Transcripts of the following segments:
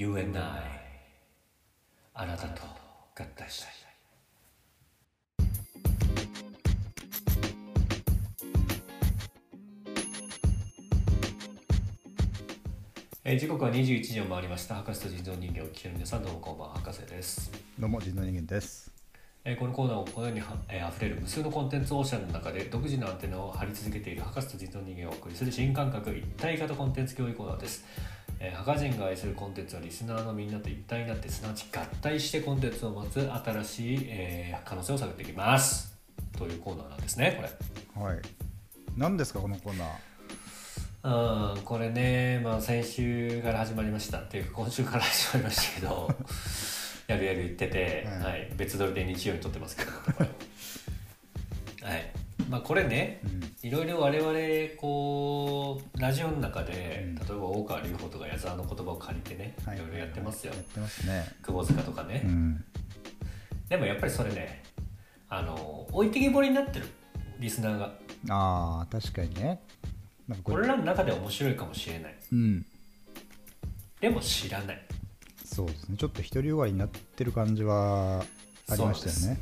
You and I あなたと合体したいえー時刻は21時を回りました博士と人造人形を聞ける皆さんどうもこんばんは博士ですどうも人造人間です。えーこのコーナーをこのようには、えー溢れる無数のコンテンツオーシャンの中で独自のアンテナを張り続けている博士と人造人間をお送りする新感覚一体型コンテンツ教育コーナーです、えー、博士人が愛するコンテンツはリスナーのみんなと一体になってすなわち合体してコンテンツを持つ新しい、えー可能性を探っていきますというコーナーなんですねこれはい。何ですかこのコーナー。うんこれね、まあ、先週から始まりましたっていうか今週から始まりましたけど やるやる言ってて、うんはい、別撮りで日曜に撮ってますけどこれはいまあこれねうん。いろいろ我々こうラジオの中で、うん例えば大川隆法とか矢沢の言葉を借りてね、い、ろいろやってますよ、やってますね。久保塚とかね、うん。でもやっぱりそれねあの置いてけぼりになってるリスナーがああ確かにね。なんかこ俺れ。らの中では面白いかもしれないうん。でも知らないそうですね。ちょっと独りよがりになってる感じはありましたよね。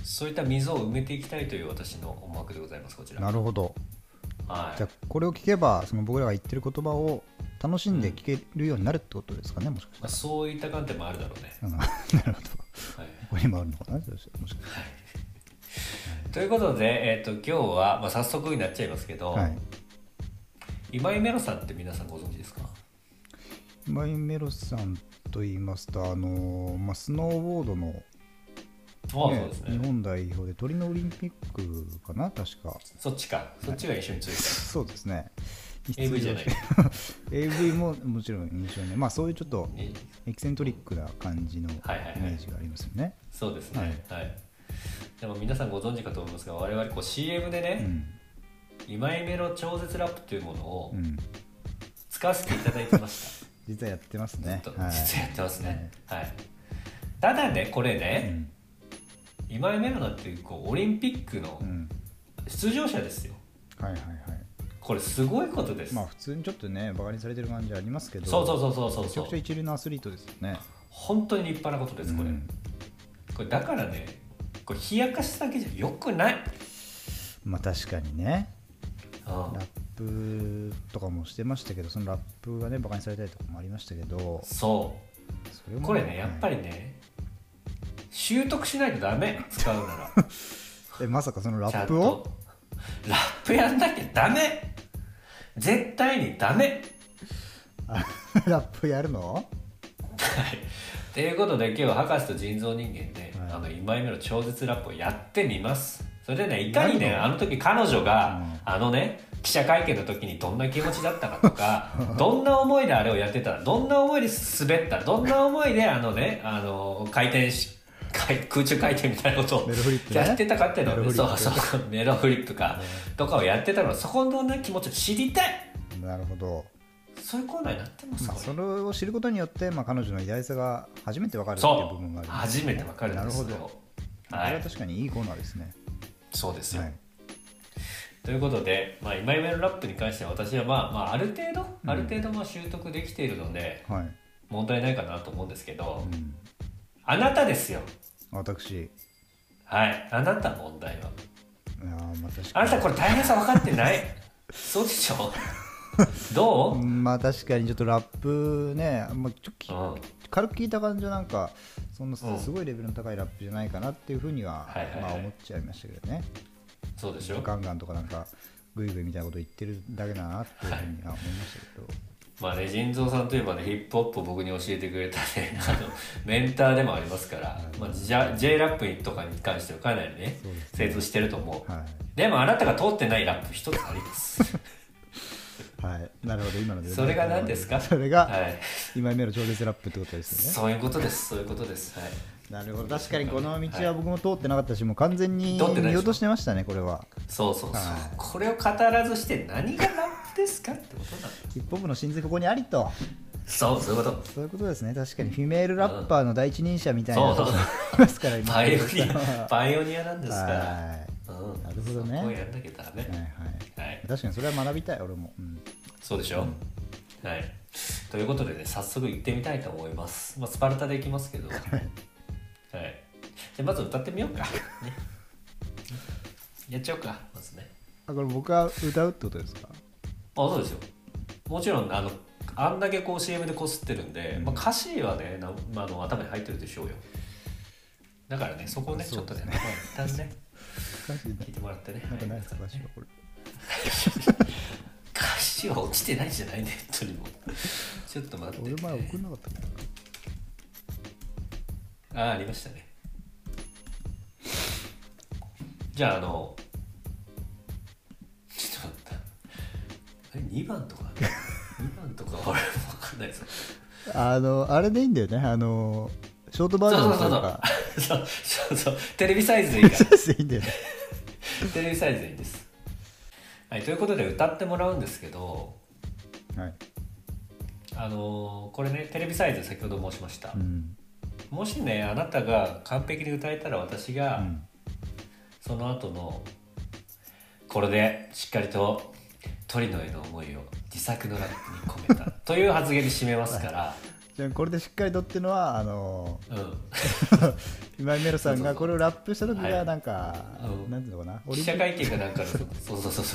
うそういった溝を埋めていきたいという私の思惑でございますこちらん。なるほど。はいじゃあこれを聞けばその僕らが言ってる言葉を楽しんで聞けるようになるってことですかねもしかしまたあ、そういった観点もあるだろうね、ら。うん なるほど。はいここにもあるのかな。もしかしということで、えー、と今日は、まあ、早速になっちゃいますけど、たら。はい。今井メロさんって皆さんご存知ですかマイメロさんと言いますとあのまあスノーボードのああ、ねそうです日ね。本代表でトリノオリンピックかな確かそっちか。そっちが一緒についそうですねた。AV じゃない。 AV ももちろん印象にまあそういうちょっとねエキセントリックな感じのイメはいはいはいージがありますよね、そうですね。はい。でも皆さんご存知かと思いますが、我々こう CM でね、今井メロ超絶ラップというものをうん、うん、使わせていただいてまし実はやってますた。ず ねっと、はい実はやってますね。はい。ただね、これ うね、ん今井メロなんていうこうオリンピックのうん出場者ですよ。はいはいはこれすごいことでいす。まあ普通にちょっとねバカにされてる感じありますけどそうそうそうそうそうめちそゃうくちゃ。一流のアスリートですよね本当に立派なことです、これ。うんこれだからね、これ冷やかしだけじゃ良くない。まあ確かにねうんラップとかもしてましたけどそのラップがねバカにされたりとかもありましたけどそそれうもこれねやっぱりね習得しないとダメ使うならえまさかそ のラちゃッんとプを ラップやんなきゃダメ絶対にダメラップやるのはいということで今日は博士と人造人間で、はいあの今井目の超絶ラップをやってみますそれでねいかにねなあの時彼女が、うんあのね記者会見の時にどんな気持ちだったかとか どんな思いであれをやってたどんな思いで滑ったどんな思いであのねあの回転し回空中回転みたいなことをメルフリップねやってたかっていうのをねメルフそリうップそうメロフリップかとかをやってたのそこのね気持ちを知りたいなるほど、そういうコーナーになってますまこあ、れそれを知ることによって、まあ、彼女の偉大さが初めてわかるっていうそ部分があうる初めてわかるんですよなるほど、は、これはい確かにいいコーナーですね、そうですよ、はい、ということで、まあ、今今のラップに関しては私は、まあまあ、ある程度うんある程度まあ習得できているのではい問題ないかなと思うんですけうど、ん、あなたですよ私はいあなた問題はあーまあ確かあになたこれ大変さ分かってない そうでしょどうんまあ確かにちょっとラップね、まあ、ちう、ょきうん、軽く聞いた感じはなんかそんなうんすごいレベルの高いラップじゃないかなっていうふうには、はいはいはいまあ、思っちゃいましたけどねそうでしょガンガンとかなんかグイグイみたいなこと言ってるだけだなっていうふうには思いましたけど、まあね腎臓さんといえばねヒップホップを僕に教えてくれたねあのメンターでもありますから、まあ、J, J ラップとかに関してはかなりねそうです精通してると思う、はいでもあなたが通ってないラップ一つありますはい、なるほど今のでそれが何ですかそれが、はい今目の超絶ラップってことですよねそういうことですそういうことですはいなるほど確かにこの道は僕も通ってなかったし、もう完全に通ってないでしょ見落としてましたねこれはそうそうそう、はいこれを語らずして何がラップですかってことなのヒップホップの真髄ここにありとそうそういうことそういうことですね確かにフィメールラッパーの第一人者みたいそなうそとうころがありますから今パイオ井ニさんア はパイオニアなんですから、はうん、なるほどねそこをやんなきゃダメいはいはいはい確かにそれは学びたい俺も、うんそうでしょ、はい、ということでね早速行ってみたいと思います、まあ、スパルタで行きますけど、はい、じゃあまず歌ってみようか、ね、やっちゃおうかまずねあこれ僕が歌うってことです かあそうですよもちろんあのあんだけこう CM でこすってるんで、まあ、歌詞はねな、まあ、あの頭に入ってるでしょうよだからねそこをねちそょっうでとすねねまあ一旦ね歌詞な聞いてもらってねなんかないですかはい歌詞はこれ歌詞は落ちてないじゃないネットにもちょっと待って、俺前送んなかったっけああありましたねじゃああのちょっと待ってえ2番とか2番とか俺分かんないですあのあれでいいんだよねあのショートバージョンとそうそうかそうそうそうテレビサイズでいい からそうそういいんだよねテレビサイズでいいんですはいということで歌ってもらうんですけどはい、あのこれねテレビサイズ先ほど申しました、うんもしねあなたが完璧に歌えたら私うが、ん、その後のこれでしっかりと鳥の絵の思いを自作のラップに込めたという発言に締めますから、じゃあこれでしっかりとっていうのはあのうん、 今井メロさんそうそうそがうこれをラップした時はがいなんか、うんなんていうのかなオリ記ンピ者ッ会見かなんかの そそうそうそうそうそ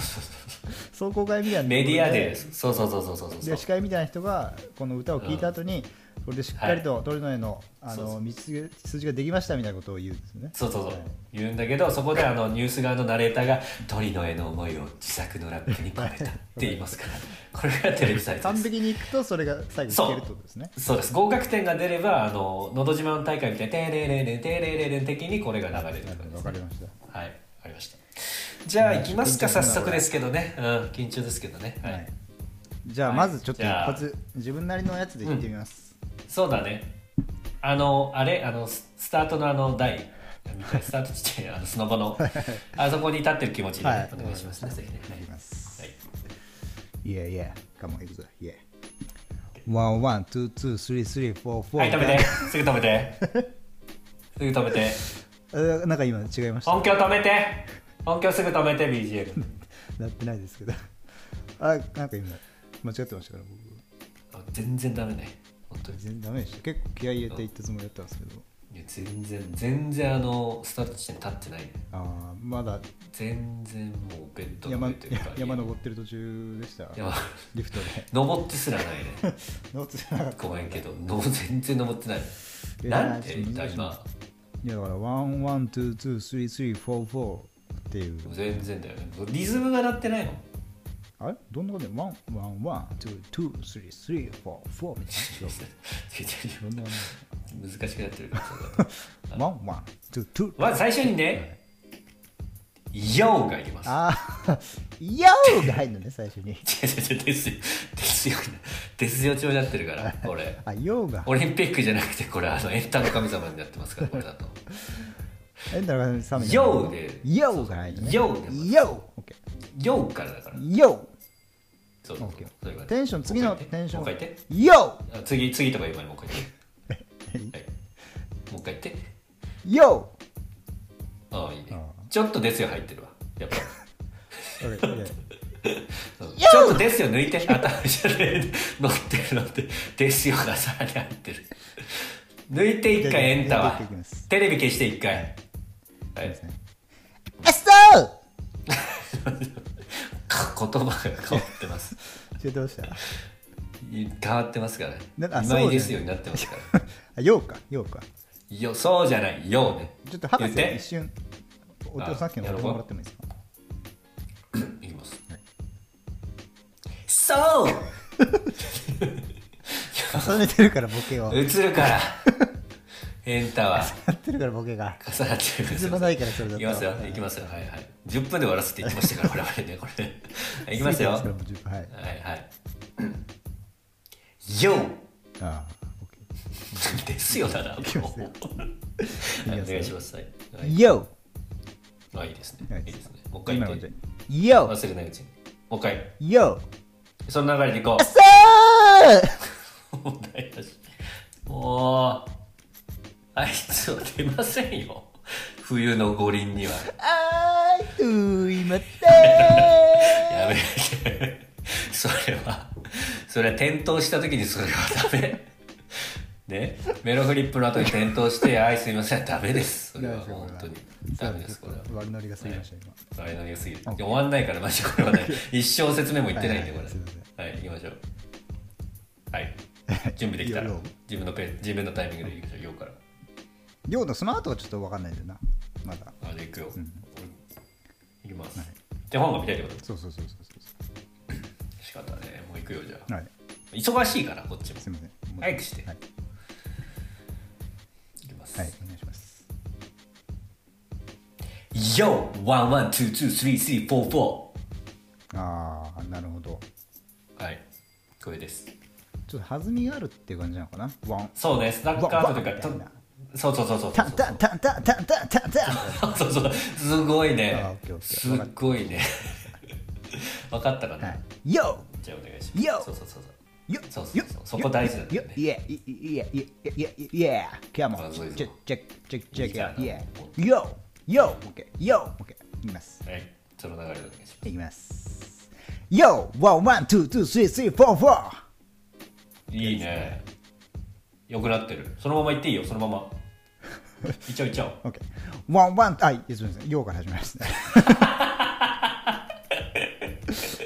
うク壮行会みたいなメディアでそうそうそうそうそうそうで司会みたいな人がこの歌を聞いた後に、これでしっかりと鳥の絵のあそうその道筋数字ができましたみたいなことを言うんですよね。そうそうそうはい言うんだけどそこであのニュース側のナレーターが「鳥の絵の思いを自作のラップに込めた」って言いますからこれがテレビサイト完です。璧にいくとそれが最後聞けるってことですね。そうです合格点が出れば「あののど自慢大会」みたいな「テレレレテレレレ」的にこれが流れるなとるかでほどすねわかりました。はい、わかりました。じゃあはい行きますか、緊張する早な速ですけどね。うん、緊張ですけどね。はい。はい。じゃあはいまずちょっとじ一ゃあ発自分なりのやつでいってみます。そうだね。あの、あれ、あの、ススタートのあの台、みたいなスタートちっちゃい、あの、その場 の、あそこに立ってる気持ちで、ねはいお願いしますね、ぜひね。はいいきます。はい Yeah, yeah. Come on, いくぞ。Yeah. One, one, two, two, three, three, four, four. はい、止めて、すぐ止めて。すぐ止めて。えーなんか今違いました。音響止めて。音響すぐ止めて、BGM。なってないですけど。 あ、なんか今間違ってましたから僕。あ全然ダメね。本当に。全然ダメでした。結構気合い入れていったつもりだったんですけど。いや、全然、全然あの、スタート地点立ってない、ね。ああ、まだ全然もうベッドの山上というか 山登ってる途中でした。山リフトで。登ってすらないねノーツじゃなかった。ごめんけどの全然登ってないいやなんてちょっ言とっ難たしい今いやだから1 1 2 2 3 3 4 4っていう全然だよねリズムが鳴ってないの あれどんなことで1 1 1 2 2 3 3 4 4みたいな難しくなってるから1 1 2 2まず最初にね「YO」がいりますああ「YO!」が入るのね最初に違う違う違うですよですよですよ調になってるからこれあ「YO!」がオリンピックじゃなくてこれあのエンタの神様になってますからこれ だとえだからサム Yo で「YO!」が入るのね Yo で YO! オッケ「YO」からだからー YO! そうオッケーそういう感じテンション次のもう一回言テンってションもう一回言って YO! あ次次とか今にもう一回 言って、はい、もう一回言って YO! ああいいねあちょっとですよ入ってるわやっぱオッケーいやうんちょっとですよ抜い て頭じゃねえ乗ってる乗ってるですよがさらに入って る抜いて一回エンタ抜いはていきますテレビ消して一回はい、ですねあそうか言葉が変わってます教えてましたい変わってますからなあ今そいうじゃないですよになってますからあ YO か YO かよそうじゃないよねちょっと博士言って一瞬お手をさっきのお手もらってもいいですかいきます。そう重ねてるからボケを重映るからエンタはなってるからボケが重なってる進まないからそれだいときますよいきますよはいはい10分で終わらせていきましたから我々ねこ れいきますよは過ぎいてますからもう10分はいはい YO! ああオッケですよだなきますよもうはいいきおますよ願いしますはいはーい YO! あいいですはねいいいですねもう一回今言のってで YO! 忘れないうちにもう一回 YO! その流れでいこうあそう 問題だしもうあいつは出ませんよ冬の五輪にはあーういませんやめてそれはそれは転倒した時にそれはダメねメロフリップの後に転倒して「はいすいませんダメです」それは本当にダメですこれは。悪ノリが過ぎました、今。あれの良すぎる。終わんないから、マジこれはね、一生説明も言ってないんで、こはいはいはいすいまれ。はい、行きましょう。はい。準備できたらよよ、自分のペー自分のタイミングで行きましょう、ようから。りょうのその後はちょっと分かんないんだよな。まだ。あれ行くよ。行きますはい。じゃあ本が見たいってこそうそうそうそうそうと仕方ね。もう行くよ、じゃあ。そう。はい。忙しいから、こっちも。すみません。もう早くしてはい。行きます。はい、お願いします。 Yo! 1 1 2 2 3 4 4 4ああ、なるほど。はい。これです。ちょっと弾みがあるっていう感じなのかな。ワン。そうです。なんか、というかわわみたいな、とそうそうそうそうそタうン。タンタンタンタンタンタンタン。 そうそう、すごいあオねッケーオ。ッケーすっごいね。分かったかな、はい。よ。じゃあお願いします。よそうそうそうそう。よ。そうそうよそうそこ大事なんだよよね。いやいやいやいやいや。カモあそうそン。うチェックチェックチェックチェック。いいいやか。よ。よ。オッケー。よ。オッケー。いきます。はい、その流れでお願いしまいきます。よ。ワンワンツーツースリースリーフォーフォー。す。いいね。よくなってる。そのまま行っていいよ、そのまま。いっちゃおういっちゃおう。オッケー。ワンワン。あ、いやすみません。ようから始め ますね。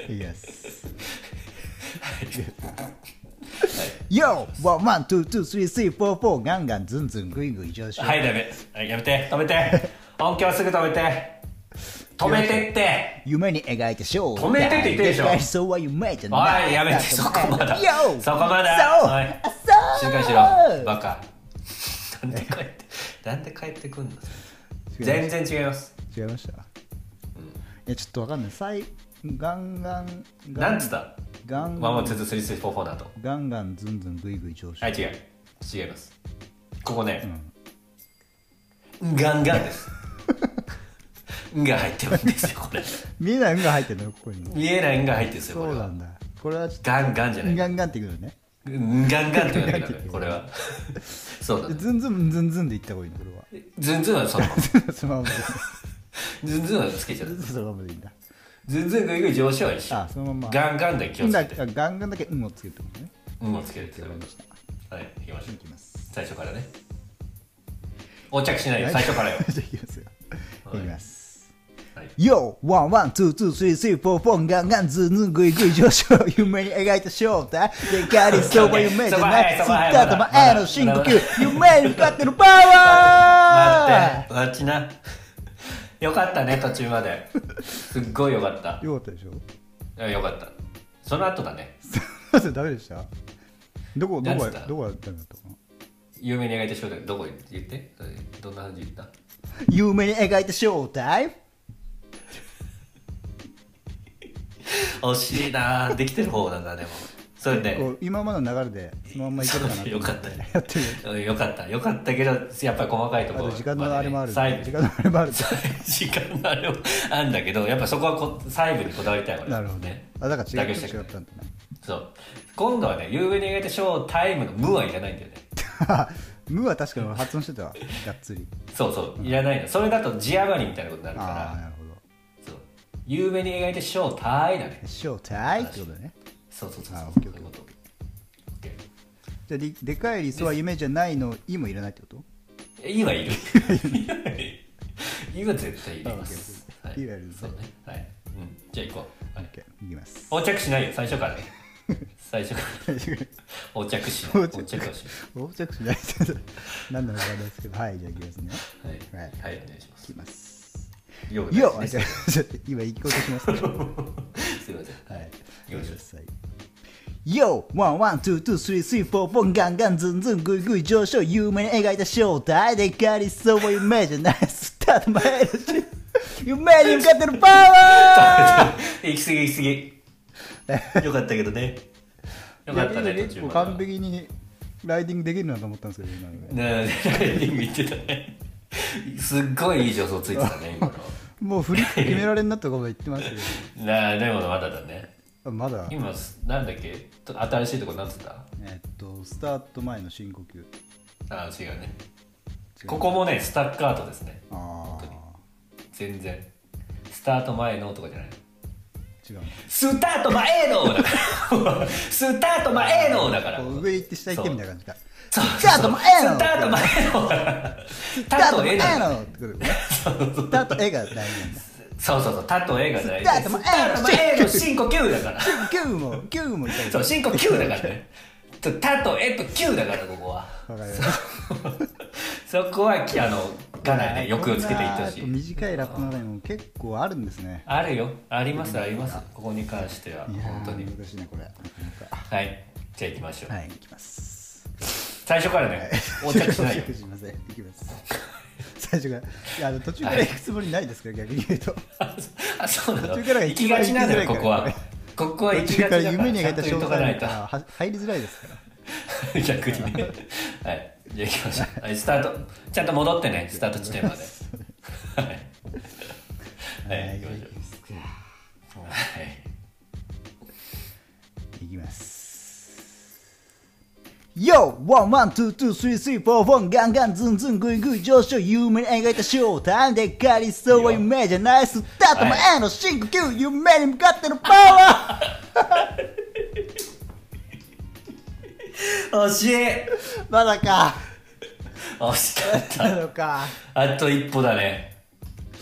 イエ ス。ようワンワンツーツースリースリーフォーフォーガンガンズンズングイグイ上昇。はい、ダメ。はい、やめて、止め て。音響すぐ止めて。止めてって。夢に描いた将来止めてって言ってるでしょ大そうは夢じゃないおいやめてそこまでよそこまでそうおいそ静うかにしろ、バカ。 なんで帰って、なんで帰ってく んの全然違います。違いました、いやちょっとわかんないさいガンガンガンなんつったガンワンワンツーツースリースリーフォーフォーだと。ガンガンズンズングイグイ上昇はい、違う。違います。ここね、ガンガンです。んが入ってるんですよ、こ れ。見えない運が入ってるのよここに見えないんが入ってるんですよ、こそうれなは。んだこれはちょっとガンガンじゃない。ガンガンっていくのねんガンガンって言わなきゃダメ、これは。そうなんだ。ズンズンズンズンでいった方がいいのこれはズンズンはそのまま。 そのままでズンズンはつけちゃズうン。ズンそのままでいいんだズンズンぐいぐい上昇はいいし。あそのままガンガンだけ気をつけて。だガンガンだけ運をつけてもねうん、をつけるってわこかりまとしたはい、行きましょうい。きます最初からね。横着しないよ、最初からよ。 じゃあいきますよ。はいいきます。はいよ、ワンワン、ツーツー、スリー、スリー、フォー、フォン、ガンガン、ズンズン、グイグイ上昇、夢に描いた正体、でかり、そうは夢じゃない、吸そっこ早いた頭、そこ早いへの深呼まだ吸、夢に向かってるパ待ワって、待ちな。よかったね、途中まで。すっごいよかったーよかったでしょうん。よかった。その後だね、そうそうダメでしたどこ、どこなんつっが、たどこがダメだったかな有名に描いた正体、どこに言ってそれどんな感じ言った夢に描いた正体惜しいなできてる方なんだ、でも。それで、こう今までの流れで、そのまんまいけるかなそうよかったやってる。うんよかった、よかったけど、やっぱり細かいとあころまとでね。時間のあれもある。時細部間のあれもある。 時間のあれもあるんだけどやっぱそこはこ細部にこだわりたいわけなるほどねね。あ、だから違だけう、ちょどっと違ったんだね。そう今度はね有名に描いたショータイムの「無」はいらないんだよね 無は確かに俺発音してたわがっつりそうそういらないのそれだと字余りみたいなことになるかああらなるほどそう有名に描いたショータイだねショータイってことだねそうそうそうあそーオうッケそういうことーじゃあででかい理想は夢じゃないの「い」もいらないってことえいいはいる いいは絶対いりますあオッケーオッケーいいはいるそうねはい、うん、じゃあ行こう、はい、 OK いきます 横着しないよ最初からね最初から横着しない横着はし横着しないってこと何なのかわかんないですけどはいじゃあいきますねないははいい、はい、お願いしまいすきますよようあじゃあちょっと今行こう としましたはすいませんいよろしいでよワンワンツーツースリースリーフォーフォンガンガンズンズングイグイ上昇夢に描いた正体でかりそうは夢じゃないスタート前だし夢に向かってるパワー行き過ぎ行き過ぎよかったけどねよかったね途中もうま完 で璧にライディングできるなと思ったんですけど今のでねえライディング行ってたねすっごいいい助走ついてたね今もうフリップ決められになったこと言ってますけどのなあでもまだだねあまだ今なんだっけと新しいとこなんつったえっとスタート前の深呼吸あ違うねここもねスタッカートですねあ全然スタート前のとかじゃない違うスタート前のだから スタート前のだからこう上行って下行ってみたいな感じかそうスタート前のスタート前のだからスタートタと絵な前んだのってことねスタート絵が大事なんだそうそうそうタと絵が大事スタート前スタート前の深呼吸だから9も9も痛いそう深呼吸だからねとタと絵と9だからここはわかりましたそこはきあのかなりね欲をつけていってほしこんいな短いラップの中にも結構あるんですねあるよありますありますここに関してはいやー本当に難しいねこれなんかはいじゃあ行きましょう、はいいきます最初からね横着しないよ すいませんいきます最初からいやあの途中から行くつもりないですけど、逆に言うとあそうなの途中からが行一き番がちなんだよ行こきづらいからこはここは行途き中がちだかからら夢にちゃ描いんとた言詳っとかな細ないんとかは入りづらいですから 逆にねはいじゃあ行きましょうはいスタートちゃんと戻ってねスタート地点 まではいはい行きましょう はいいきます Yo! 1 1 2 2 3 4 4ガンガンズンズングイグイ上昇夢に描いた正体でかりそうは夢じゃないスタート前の深呼吸夢に向かってのパワ惜しいー まだか惜しかったなのかあと一歩だね。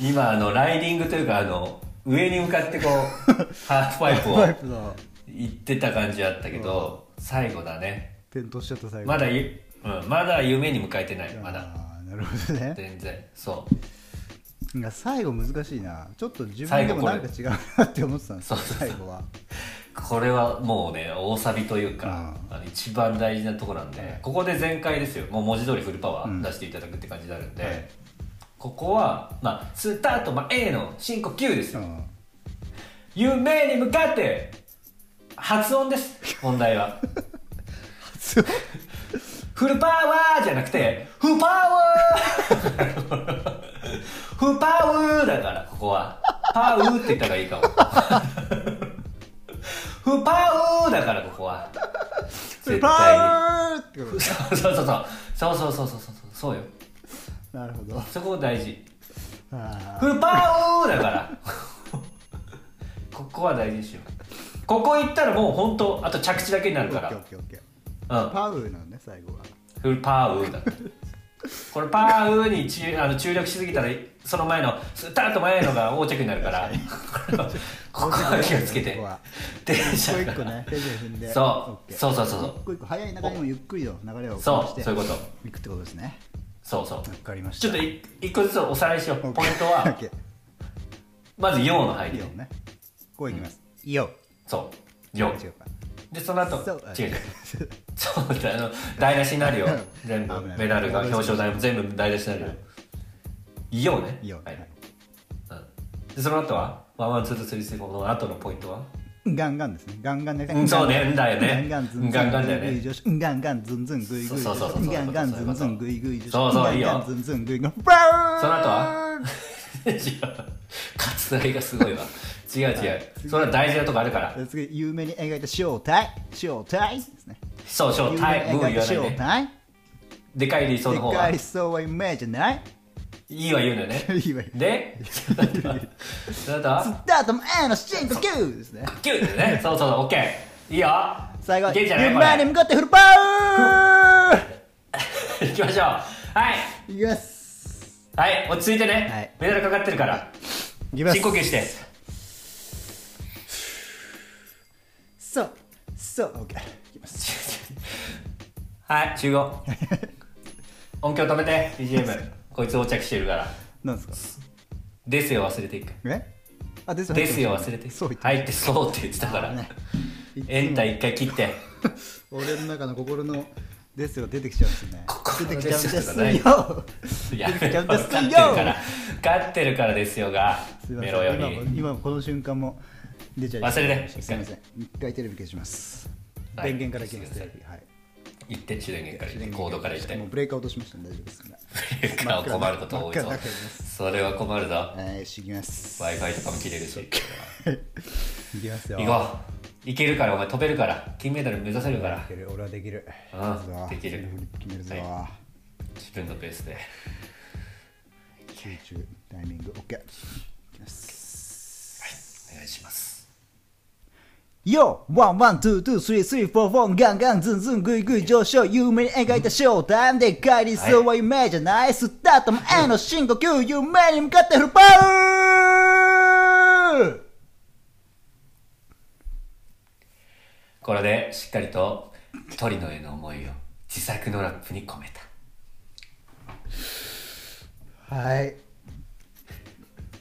今、あの、ライディングというか、あの、上に向かってこう、 ハーフパイプをワイプの行ってた感じあったけど、最後だね。点灯しちゃった最後まだゆ、うん、まだ夢に向かえてない。まだ。あーなるほどね全然。そいや最後難しいなちょっと自分でもなんか違うなって思ってたんですよ最最後はう。これはもうね、大サビというか、あの一番大事なとこなんで、ここで全開ですよ。もう文字通りフルパワうんー出していただくって感じになるんで、はいここは、まあ、スタート、まあ、A の深呼吸ですよ。うん夢に向かって発音です問題は発音フルパワーじゃなくてフパワーフパウーだからここはパウーって言った方がいいかもフパウーだからここは絶対パワーってこにそうそうそうそうそうそうそうそうそうそうよとなる ほどそこ大事あフパオーだからここは大事にしようここ行ったらもう本当あと着地だけになるーかオッケーオッケーオッケーらうんパウなのね最後はフルパウーだったこれパウーに注あの注力しすぎたらその前のスタート前のが横着になるからここは気をつけてここは電一車個一個ね手順踏んでそうオッケーそうそうそうそう一個一個早い中にもゆっくりの流れをそうこしてそういうこといくってことですねそうそうわかりましたちょっとい一個ずつおさらいしようポイントオッはケーまず「よ」の入いいりよねこういきますいいよそう「よ違うか」でその後そう違う違 うそうだあの台無しになるよ全部危ないメダルが表彰台も全部台無しになるよいいよねいいよははいいうんでその後はワンワンツーツースリースリーフォーの後のポイントは ガンガンですね。ガンガンでうんそうねだよねガンガンズンズンガンガンだよねグイグイ上昇ガンガンズンズングイグイ上そうそうそう昇そうガンガンズンズングイグイ上昇そうそういいよガンガンズンズングイグイそその後はは違う割愛がすごいわ違う違うそれは大事なとこあるから次、有名に描いた正体。正体ですね。そうそうタイ有ム名ーに言わ描ないでいた正体。でかい理想での方かはいそうは夢じゃない。 いいわ言うのよねいいわいい でその後はスタート前の深呼吸ですね。キューってねそうそうそうオッケーいいよ最後、いけんじゃないこ夢にれ向かってフルパワ 行きましょうはいーいきます。はい落ち着いてね、はいメダルかかってるからいきます深。呼吸してそう、そう、オッケー。いきます。はい集合 音響止めて BGM こいつ横着してるからなんですかですよ忘れていくえあ、ですよですよ忘れてそう言って入ってそうって言ってたかあら ねいつもエンター一回切って俺の中の心のですよ出てきちゃうんですよね心出のてできちすゃうんでよすがないよや出てきちゃうんですよ勝ってるから勝ってるからですよがすいませメんロよ今りも今もこの瞬間も出ちゃいました忘れてすいません一回テレビ消しますはい電源から消しますテレビはい行って主導権から行って電源コードから行ってもうブレーカー落としましたんで大丈夫ですから顔 困ること多いぞ真っ暗になっておりまそれは困るぞはいよし行きます w i f i とかも切れるし行きますよ行こういけるからお前飛べるから金メダル目指せるからいける俺はできるあ行くぞできるフリップ決めるぞは自分のペースで集中タイミング OK 行きますお願いしますよワンワン、ツー、ツー、スリー、スリー、フォー、フォン、ガンガン、ズンズン、グイグイ上昇、夢に描いたショータイムで帰りそうは夢じゃない、スタート前の深呼吸、夢に向かってフルパワーこれでしっかりと鳥の絵の思いを自作のラップに込めたはい。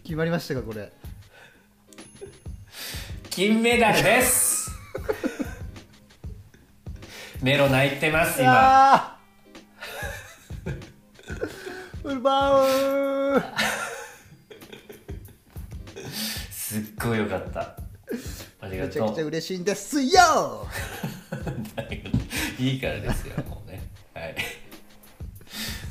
決まりましたか、これ。金メダルです メロ泣いてます今あーフルパワーすっごいよかったありが めちゃとくちゃう嬉しいんですよいいからですよもうねはい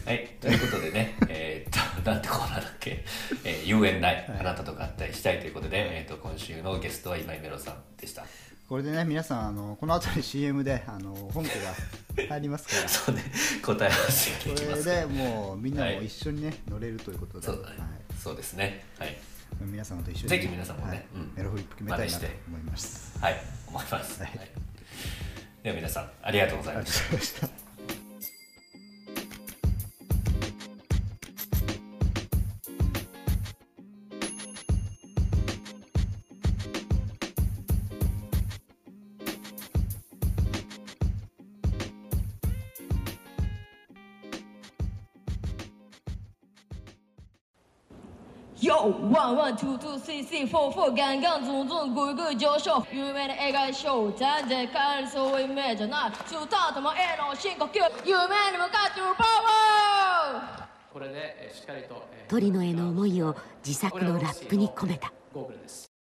はい、ということでね、えーっと、なんてコーナーだっけ、えー、遊園ない、あなたと合体したいということで、えーっと、今週のゲストは今井メロさんでした。これでね皆さんあのこの後に CM であの本家が入りますからそうね、答え合わせができこまれすからでもうみんなはもい一緒にね、乗れるということで、そうだはねい、そうですね。はい。皆様と一緒にぜひ皆さんもねはいうんメロフリップ決めたいなと真似して思います。はい、思います。ははいい、では皆さん、ありがとうございありまがしたとう。ございました。 Yo, one, one, two, two, three, three, four, four, ガンガンズンズングイグイ上昇有名な映画ショータイムで帰りそうイメージじゃないスタートも A の深呼吸夢に向かってるパワーこれでえーしっかりと、えー鳥の絵の思いを自作のラップに込めたゴーグルです